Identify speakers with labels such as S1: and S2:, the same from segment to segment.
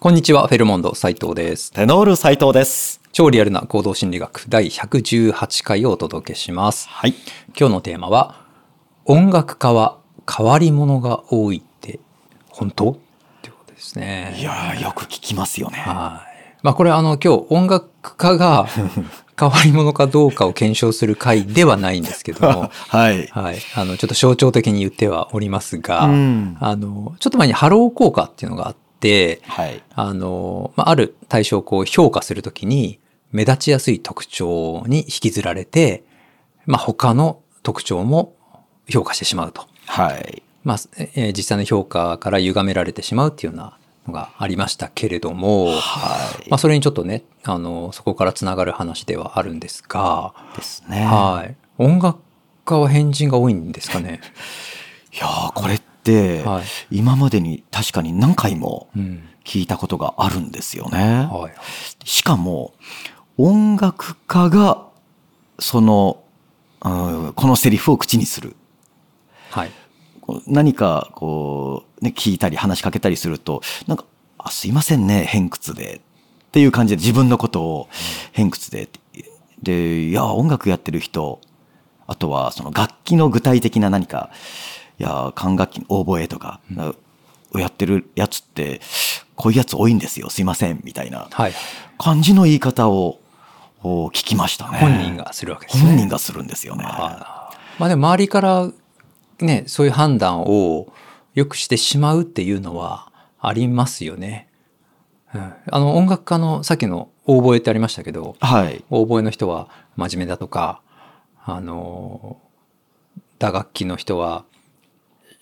S1: こんにちは、フェルモンド斉藤です。
S2: テノール斉藤です。
S1: 超リアルな行動心理学第118回をお届けします。
S2: はい。
S1: 今日のテーマは、音楽家は変わり者が多いって本当ってことですね。
S2: いやー、よく聞きますよね。
S1: はい。まあこれあの今日音楽家 が変わり者かどうかを検証する回ではないんですけど も、
S2: はい。
S1: はい。あの、ちょっと象徴的に言ってはおりますが、
S2: うん
S1: あの、ちょっと前にハロー効果っていうのがあって、
S2: はい。
S1: あの、まあ、ある対象をこう評価するときに、目立ちやすい特徴に引きずられて、まあ、他の特徴も評価してしまうと。
S2: はい。
S1: まあ、えー実際の評価から歪められてしまうっていうようなのがありましたけれども、
S2: はい。
S1: まあ、それにちょっとね、あの、そこからつながる話ではあるんですが、
S2: ですね。
S1: はい。音楽家は変人が多いんですか ね。
S2: いやー、これって、
S1: は
S2: 今までに確かに何回も
S1: うん。
S2: 聞いたことがあるんですよね。
S1: はい。
S2: しかも、音楽家が、その、うんこのセリフを口にする。
S1: はい。
S2: こう何か、こう、ね、聞いたり話しかけたりすると、なんか、あ、すいませんね、偏屈で。っていう感じで自分のことを偏屈で。で、いや、音楽やってる人、あとはその楽器の具体的な何か、いや、管楽器のオーボエとか、をやってるやつって、こういうやつ多いんですよ、すいません、みたいな
S1: はい。
S2: 感じの言い方をお聞きましたね。
S1: 本人。がするわけですね。
S2: 本人がするんですよね。
S1: はいまあでも周りからねそういう判断をよくしてしまうっていうのはありますよね。うん、あの音楽家のさっきの「オーボエ」ってありましたけど
S2: はい。
S1: オーボエの人は真面目だとかあの打楽器の人は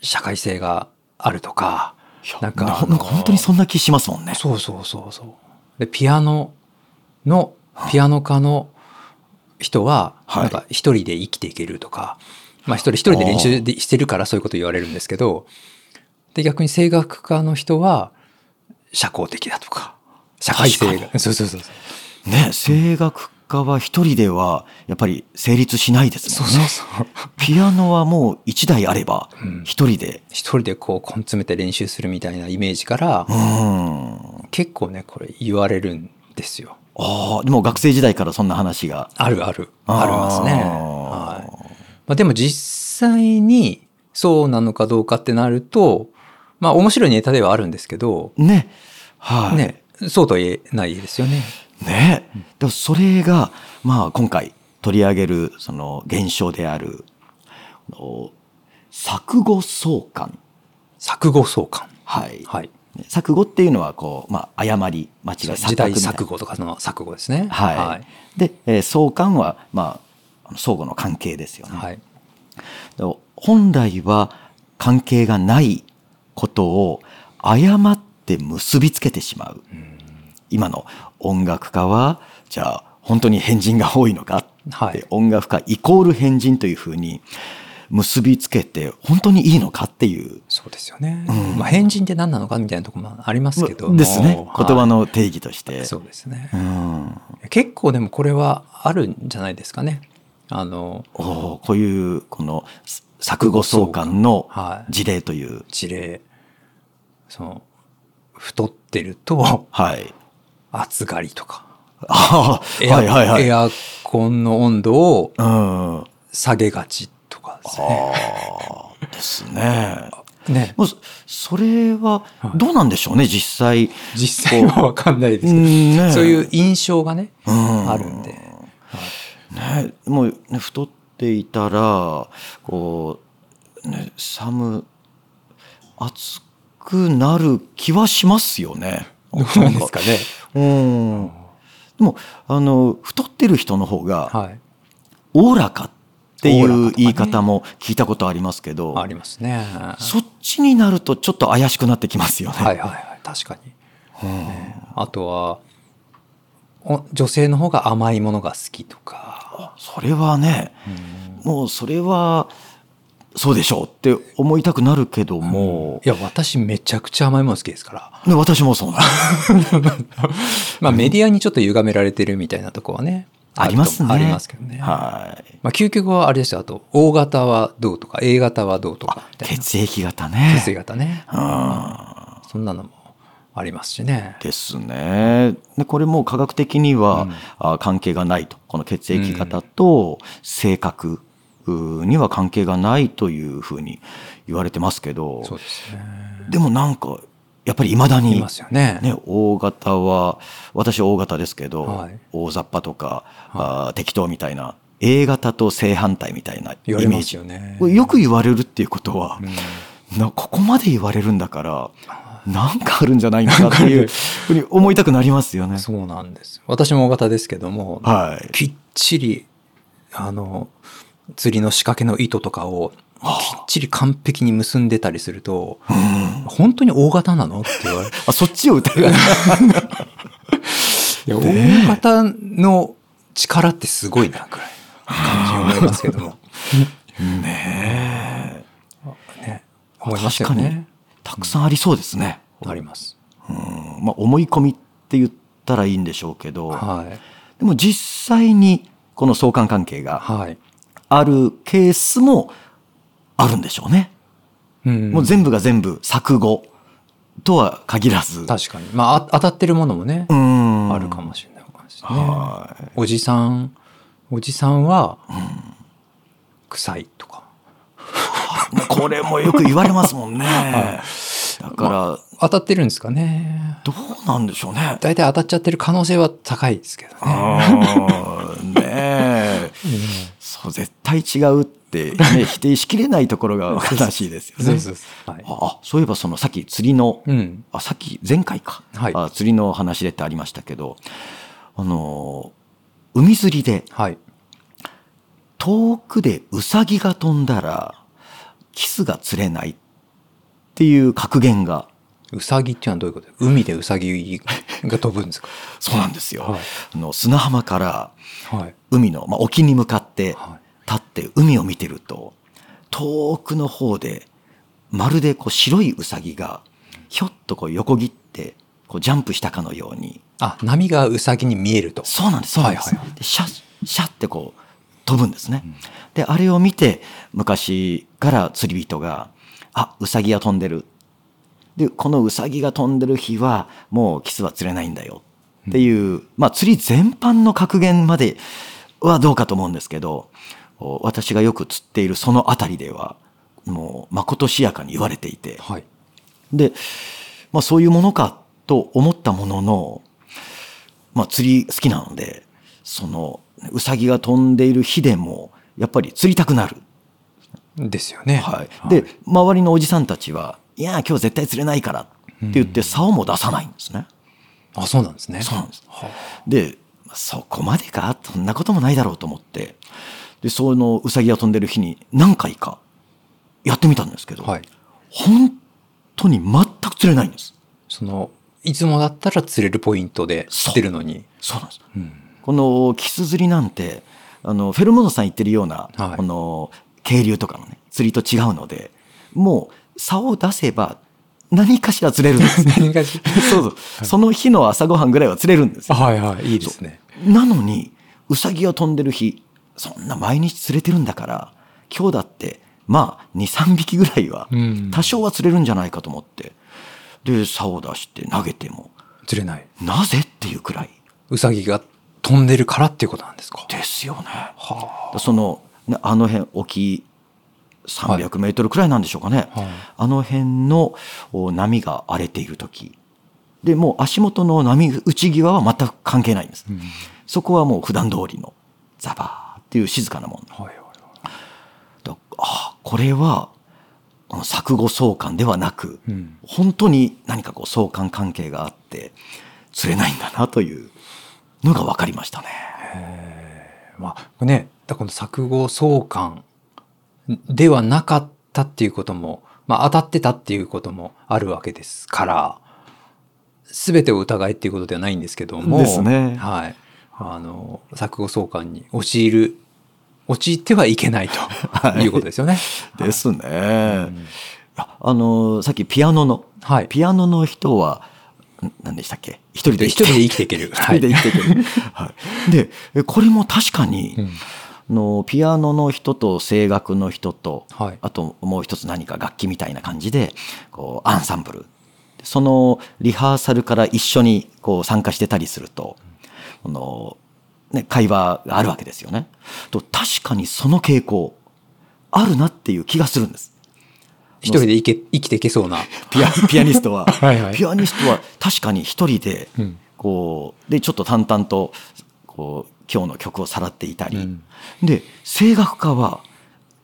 S1: 社会性があるとかなんか
S2: な
S1: あの
S2: なんか本当にそんな気しますもんね。
S1: そうそうそうそう。でピアノのピアノ科の人は
S2: はい
S1: なんか一人で生きていけるとか、まあ一人一人で練習でしてるからそういうこと言われるんですけどで逆に声楽科の人は社交的だとか社会性
S2: 確
S1: がそうそうそうそう
S2: ね、声楽家は一人ではやっぱり成立しないです
S1: そ
S2: も
S1: うん
S2: ね。
S1: そうそう
S2: ピアノはもう一台あれば
S1: うん
S2: 一人で。
S1: 一人でこう根詰めて練習するみたいなイメージから
S2: うん。あ
S1: 結構ねこれ言われるんですよ。
S2: あ、でも学生時代からそんな話が。
S1: あるあるありますね。
S2: あー
S1: はいまあ、でも実際にそうなのかどうかってなると、まあ面白いネタではあるんですけど、
S2: ね。はい。ね。
S1: ね、そうとは言えないですよね。
S2: でもそれが、まあ今回取り上げるその現象である、あの錯誤相関。
S1: 錯誤相関。
S2: はい。
S1: はい。
S2: 錯誤っていうのはこう、まあ誤り、間違い、
S1: 時代
S2: 錯覚みたいな
S1: 錯誤とかその錯誤ですね。
S2: はい。で、えー相関は、まああの、相互の関係ですよね。
S1: はい。
S2: でも本来は関係がないことを誤って結びつけてしまう。今の音楽家は、じゃあ本当に変人が多いのかって、
S1: はい
S2: 音楽家イコール変人というふうに結びつけて本当にいいのかっていう。
S1: そうですよね。まあ変人って何なのかみたいなところもありますけども
S2: ですね。
S1: はい
S2: 言葉の定義として。
S1: そうですね
S2: う。ん
S1: 結構でもこれはあるんじゃないですかね。あの、
S2: おーこういうこの錯誤相関の
S1: はい。
S2: 事例という。
S1: 事例その太ってると
S2: はい。
S1: 暑がりとか
S2: ああ、
S1: エア,、
S2: はいはいはい。
S1: エアコンの温度を
S2: うん。あ
S1: 下げがちとかですね。
S2: あ、ですね。
S1: ね
S2: もうそ、それは、どうなんでしょうね、実際。
S1: 実際は分かんないですけど、
S2: んね
S1: そういう印象がね、
S2: うん
S1: あるんで。
S2: ね、もう、ね、太っていたら、こう、ね、寒、暑くなる気はしますよね。
S1: どうなんですかね。
S2: うん。でも、あの、太ってる人の方が、
S1: はい。
S2: おおらかってい
S1: おおらかとか
S2: う
S1: ね
S2: 言い方も聞いたことありますけど、
S1: ありますね。
S2: そっちになるとちょっと怪しくなってきますよね。
S1: はいはいはい。確かに。ねあとはお女性の方が甘いものが好きとか。
S2: それはね、もうそれはそうでしょうって思いたくなるけども
S1: い、や、私めちゃくちゃ甘いもの好きですから。
S2: ね私 もそうなんです。
S1: まあメディアにちょっと歪められてるみたいなとこはね。
S2: ありますね
S1: ありますけどね。
S2: はい。
S1: まあ究極はあれですよ。あと、O 型はどうとか、A 型はどうとかみたいな。
S2: 血液型ね。
S1: 血液型ね。
S2: うん
S1: そんなのもありますしね。
S2: ですね。でこれも科学的には、
S1: うん
S2: あ関係がないと。この血液型と性格うには関係がないというふうに言われてますけど、
S1: そうですね。
S2: でもなんか、やっぱり未だ
S1: い
S2: に
S1: ま、すよね。
S2: ね、大型は、私大型ですけど、
S1: はい
S2: 大雑把とか、あー適当みたいな、A 型と正反対みたいなイメ
S1: 言われま
S2: ー
S1: す
S2: ジ。
S1: よね。
S2: これよく言われるっていうことは
S1: う、ん
S2: なここまで言われるんだから、なんかあるんじゃないかっていうふうに思いたくなりますよね。
S1: そうなんです。私も大型ですけども、
S2: はい。
S1: きっちり、あの、釣りの仕掛けの糸とかを、きっちり完璧に結んでたりすると、本当に大型なのって言われる。
S2: あ、そっちを歌う。
S1: いや大型の力ってすごいな、くらいの感じを思いますけど も。
S2: ね
S1: ね、 思いますよ
S2: 確かに
S1: ね。
S2: たくさんありそうですね。
S1: あります。
S2: うんまあ、思い込みって言ったらいいんでしょうけど、
S1: はい。
S2: でも実際にこの相関関係が
S1: はい。
S2: あるケースもあるんでしょうね。
S1: うん
S2: もう全部が全部錯誤とは限らず。
S1: 確かに。まああ、当たってるものもね、
S2: うん
S1: あるかもしれないですね。
S2: はい。
S1: おじさん、おじさんは、臭いとか。
S2: これもよく言われますも んね。だから、
S1: 当たってるんですかね。
S2: どうなんでしょ うね。
S1: 大体当たっちゃってる可能性は高いですけどね。
S2: あーねえ。そう、絶対違うって、ね、否定しきれないところが悲しいですよね。
S1: うそう。はい。
S2: ああそういえば、その、さっき釣りの、
S1: うん。
S2: あ、さっき前回か、
S1: はい
S2: あ釣りの話でってありましたけど、あのー海釣りで、
S1: はい。
S2: 遠くでウサギが飛んだら、キスが釣れないっていう格言が、
S1: うさぎっていうのはどういうこと海でうさぎが飛ぶんです か
S2: そうなんですよ。
S1: はい
S2: あの砂浜から
S1: はい。
S2: 海の、まあ、沖に向かって
S1: は
S2: 立って海を見てると、遠くの方で、まるでこう白いウサギが、ひょっとこう横切って、こうジャンプしたかのように、
S1: あ、波がうさぎに見えると。
S2: そうなんです、そうなんです。
S1: はいはい
S2: でシャッ、シャッってこう飛ぶんですね。で、あれを見て、昔から釣り人が、あ、ウサギが飛んでる。で、このウサギが飛んでる日は、もうキスは釣れないんだよ。っていう、まあ釣り全般の格言まではどうかと思うんですけど、お私がよく釣っているそのあたりでは、もう、まことしやかに言われていて、
S1: はい。
S2: で、まあそういうものかと思ったものの、まあ釣り好きなので、その、うさぎが飛んでいる日でも、やっぱり釣りたくなる。
S1: ですよね。
S2: はい。で、周りのおじさんたちは、いやー、今日絶対釣れないからって言って、竿も出さないんですね。
S1: あ、そうなんですね。
S2: そうなんです。
S1: は
S2: で、そこまでかそんなこともないだろうと思って、で、そのうさぎが飛んでる日に何回かやってみたんですけど、
S1: あはい。
S2: 本当に全く釣れないんです。
S1: その、いつもだったら釣れるポイントで知ってるのに。
S2: そうなんです。
S1: うん。
S2: このキス釣りなんて、あの、フェルモノさん言ってるような、
S1: はい
S2: この、渓流とかのね、釣りと違うので、もう、竿を出せば、何かしら釣れるんで す。
S1: 何がし
S2: そうそう。その日の朝ごはんぐらいは釣れるんですよ。
S1: はいはい。いいですね。
S2: なのに、ウサギが飛んでる日、そんな毎日釣れてるんだから、今日だって、まあ、2、3匹ぐらいは
S1: うん、
S2: 多少は釣れるんじゃないかと思って、で、竿を出して投げても、
S1: 釣れない。
S2: なぜっていうくらい
S1: ウサギが飛んでるからっていうことなんですか。
S2: ですよね。
S1: は
S2: そのねあの辺沖300メートルくらいなんでしょうかね、
S1: あ。はい
S2: あの辺のお波が荒れている時でもう足元の波内際は全く関係ないんです、
S1: うん
S2: そこはもう普段通りのザバーっていう静かなもん
S1: はいはいはい。
S2: だあこれはこの錯誤相関ではなく、
S1: うん
S2: 本当に何かこう相関関係があって釣れないんだなというのが分かりましたね。
S1: まあ、これね、だからこの錯誤相関ではなかったっていうことも、まあ、当たってたっていうこともあるわけですから、すべてを疑いっていうことではないんですけども、
S2: ですね
S1: はい。あの、錯誤相関に陥る、陥って はいけないと、い、うことですよね。
S2: ですね。ああの、さっきピアノの、
S1: はい。
S2: ピアノの人は、ん何でしたっけ一人で
S1: 一人で生
S2: 一
S1: きていける。 は
S2: 人
S1: い。
S2: で生きていける。はい。で、えこれも確かに、
S1: うん
S2: あのピアノの人と声楽の人と、
S1: はい
S2: あともう一つ何か楽器みたいな感じでこうアンサンブルそのリハーサルから一緒にこう参加してたりすると、あの、ね、会話があるわけですよね。と、確かにその傾向、あるなっていう気がするんです。
S1: 一人で生け生きていけそうな。
S2: ピアピアニストは。
S1: はいはい
S2: ピアニストは確かに一人で、
S1: うん
S2: こう、で、ちょっと淡々と、こう、今日の曲をさらっていたり、
S1: うん
S2: で、声楽家は、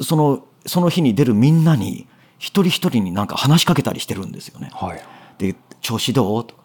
S2: その、その日に出るみんなに、一人一人になんか話しかけたりしてるんですよね。
S1: はい。
S2: で、調子どうとか、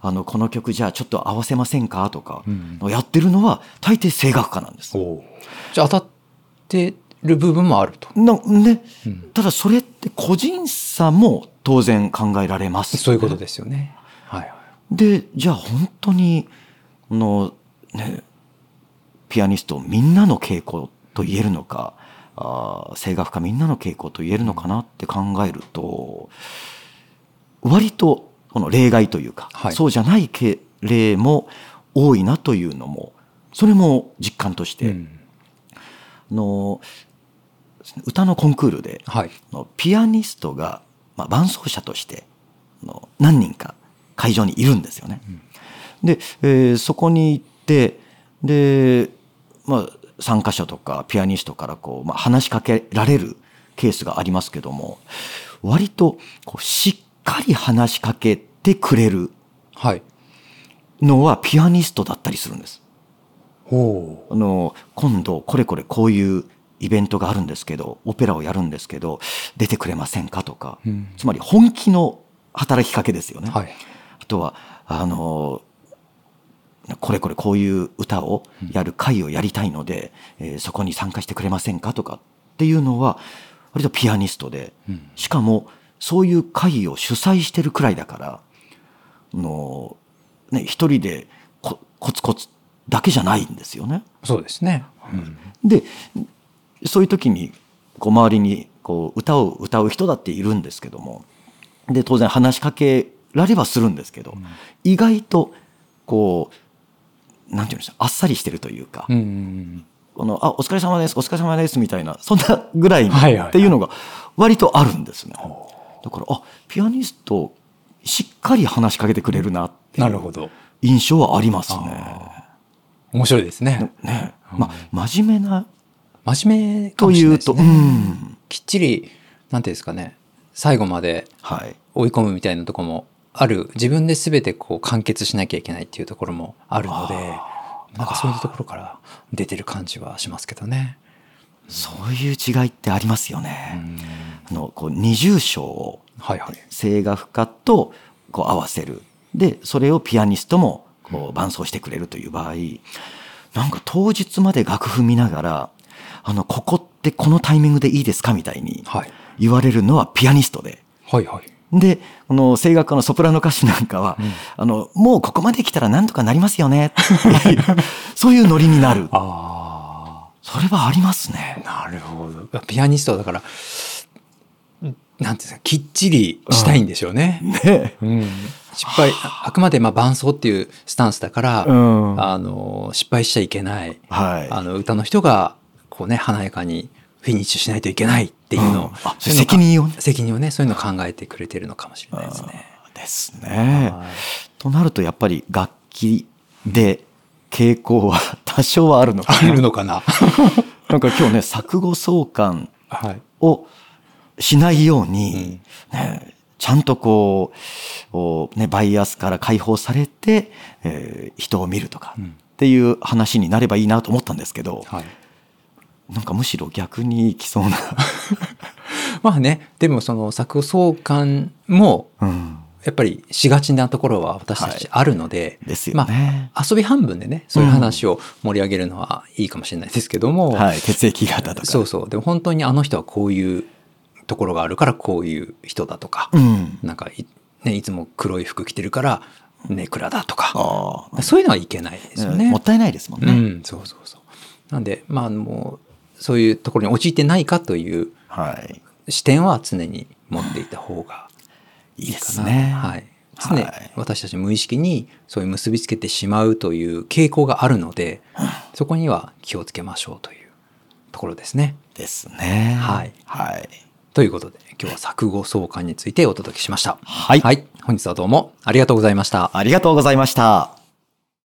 S2: あの、この曲じゃあちょっと合わせませんかとか
S1: うん、
S2: やってるのは大抵声楽家なんです。
S1: おじゃあ当たってる部分もあると。
S2: なね
S1: うん
S2: ただそれって個人差も当然考えられます。
S1: そういうことですよね。はいはい。
S2: で、じゃあ本当に、あの、ね、ピアニストみんなの傾向と言えるのか、あー声楽家みんなの傾向と言えるのかなって考えると、割とこの例外というか、
S1: はい
S2: そうじゃないけ例も多いなというのも、それも実感として、
S1: うん
S2: あの歌のコンクールで、
S1: はい。
S2: あのピアニストが、まあ、伴奏者としてあの何人か会場にいるんですよね。で、えーそこに行ってで、まあ、参加者とかピアニストからこう、まあ、話しかけられるケースがありますけども割とこうしっかり話しかけてくれる
S1: はい。
S2: のはピアニストだったりするんです。
S1: おお。
S2: あの、今度、これこれこういうイベントがあるんですけど、オペラをやるんですけど、出てくれませんかとか、
S1: うん
S2: つまり本気の働きかけですよね。
S1: はい。
S2: あとは、あの、これこれこういう歌をやる会をやりたいので、えーそこに参加してくれませんかとかっていうのは、割とピアニストで、
S1: うん
S2: しかも、そういう会を主催してるくらいだから、あの、ね、一人でこコツコツだけじゃないんですよね。
S1: そうですね。うん
S2: でそういう時にこう周りにこう歌を歌う人だっているんですけどもで当然話しかけられはするんですけど、意外とこうなんていうんですかあっさりしてるというか、
S1: うんうん
S2: この「あお疲れ様ですお疲れ様です」みたいなそんなぐらいに
S1: はいはいはい
S2: っていうのが割とあるんですね。だからあピアニストしっかり話しかけてくれるなってい
S1: なる
S2: う
S1: ほど。
S2: 印象はありますね。
S1: あー面白いですね。
S2: ねまあ真面目な
S1: 真面目か
S2: と
S1: もし
S2: い
S1: れないうです
S2: と、
S1: ね。
S2: うん
S1: きっちり、なんていうんですかね、最後まで
S2: はい、
S1: 追い込むみたいなとこもある、自分で全てこう完結しなきゃいけないっていうところもあるので、なんかそういうところから出てる感じはしますけどね。
S2: そういう違いってありますよ
S1: う
S2: ね。
S1: ん
S2: あのこう二重唱を
S1: はいはい。
S2: 声楽家とこう合わせるでそれをピアニストもこう伴奏してくれるという場合なんか当日まで楽譜見ながら「あのここってこのタイミングでいいですか?」みたいに
S1: はい。
S2: 言われるのはピアニストで。
S1: はいはい。
S2: で、この声楽家のソプラノ歌手なんかは、あの、もうここまで来たらなんとかなりますよねっていう、そういうノリになる。
S1: あ
S2: それはありますね。
S1: あ、なるほど。ピアニストだから、なんていうんですか、きっちりしたいんでしょうね。
S2: ね。
S1: うん失敗、ああくまでまあ伴奏っていうスタンスだから、
S2: んは
S1: あの失敗しちゃいけない、
S2: い。
S1: あの歌の人がこうね華やかにフィニッシュしないといけないっていうのを、
S2: うんあ
S1: そういうのか
S2: 責任をね
S1: 責任をねそういうのを考えてくれてるのかもしれないですね。
S2: ですね。
S1: はい
S2: となるとやっぱり楽器で傾向は多少はあるのか
S1: あ
S2: な。
S1: るのか な。
S2: なんか今日ね錯誤相関
S1: はい。
S2: をしないように、ね、ちゃんとこうおね、バイアスから解放されて、えー人を見るとか
S1: うん
S2: っていう話になればいいなと思ったんですけど、
S1: はい。
S2: なんかむしろ逆にい きそうな。
S1: まあねでもその作語相関も
S2: うん、
S1: やっぱりしがちなところは私たちあるので、
S2: ですよね。
S1: まあ、遊び半分でねそういう話を盛り上げるのはいいかもしれないですけども、
S2: はい、血液型とか。
S1: そうそうでも本当にあの人はこういうところがあるからこういう人だとか、
S2: うん。
S1: なんかい,、ね、いつも黒い服着てるからネクラだとか
S2: ああ、
S1: そういうのはいけないですよね。
S2: もったいないですもん
S1: う
S2: ね。
S1: ん、そうそうそうなんでまあもうそういうところに陥ってないかという
S2: はい。
S1: 視点は常に持っていた方が
S2: いいです
S1: かな
S2: ね。
S1: はい、常
S2: は
S1: に
S2: い
S1: 私たち無意識にそういう結びつけてしまうという傾向があるのでそこには気をつけましょうというところですね。
S2: ですね。
S1: はい。
S2: はい。
S1: とということで、今日は作語相関についてお届けしました。
S2: はい
S1: はい。本日はどうもありがとうございました。
S2: ありがとうございました。